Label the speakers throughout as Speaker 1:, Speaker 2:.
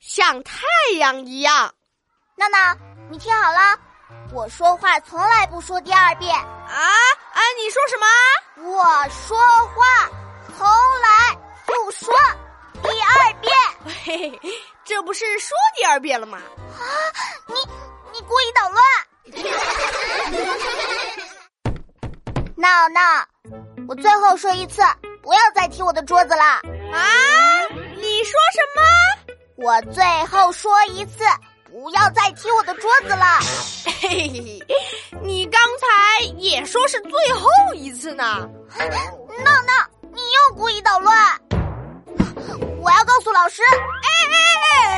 Speaker 1: 像太阳一样。
Speaker 2: 娜娜，你听好了，我说话从来不说第二遍。
Speaker 1: 啊啊！你说什么？
Speaker 2: 我说话从来不说第二遍。
Speaker 1: 嘿嘿，这不是说第二遍了吗？
Speaker 2: 啊！你你故意捣乱！闹闹，我最后说一次，不要再踢我的桌子了。啊！
Speaker 1: 你说什么？
Speaker 2: 我最后说一次，不要再踢我的桌子了。
Speaker 1: 嘿嘿，你刚才也说是最后一次呢。
Speaker 2: 闹闹，你又故意捣乱！我要告诉老师。
Speaker 1: 哎哎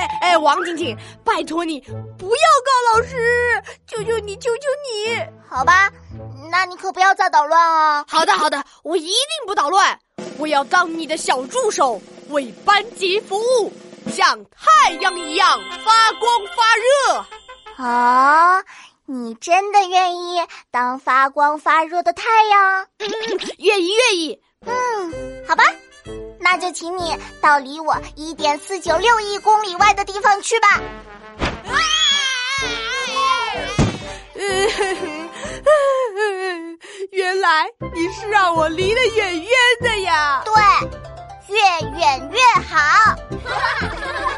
Speaker 1: 哎哎！王晶晶，拜托你不要告老师，求求你，求求你！
Speaker 2: 好吧，那你可不要再捣乱哦。
Speaker 1: 好的好的，我一定不捣乱，我要当你的小助手，为班级服务，像太阳一样发光发
Speaker 2: 热。啊、哦，你真的愿意当发光发热的太阳？
Speaker 1: 愿意愿意。
Speaker 2: 嗯，好吧。那就请你到离我一点四九六亿公里外的地方去吧。
Speaker 1: 嗯 原来你是让我离得远远的呀。
Speaker 2: 对，越远越好。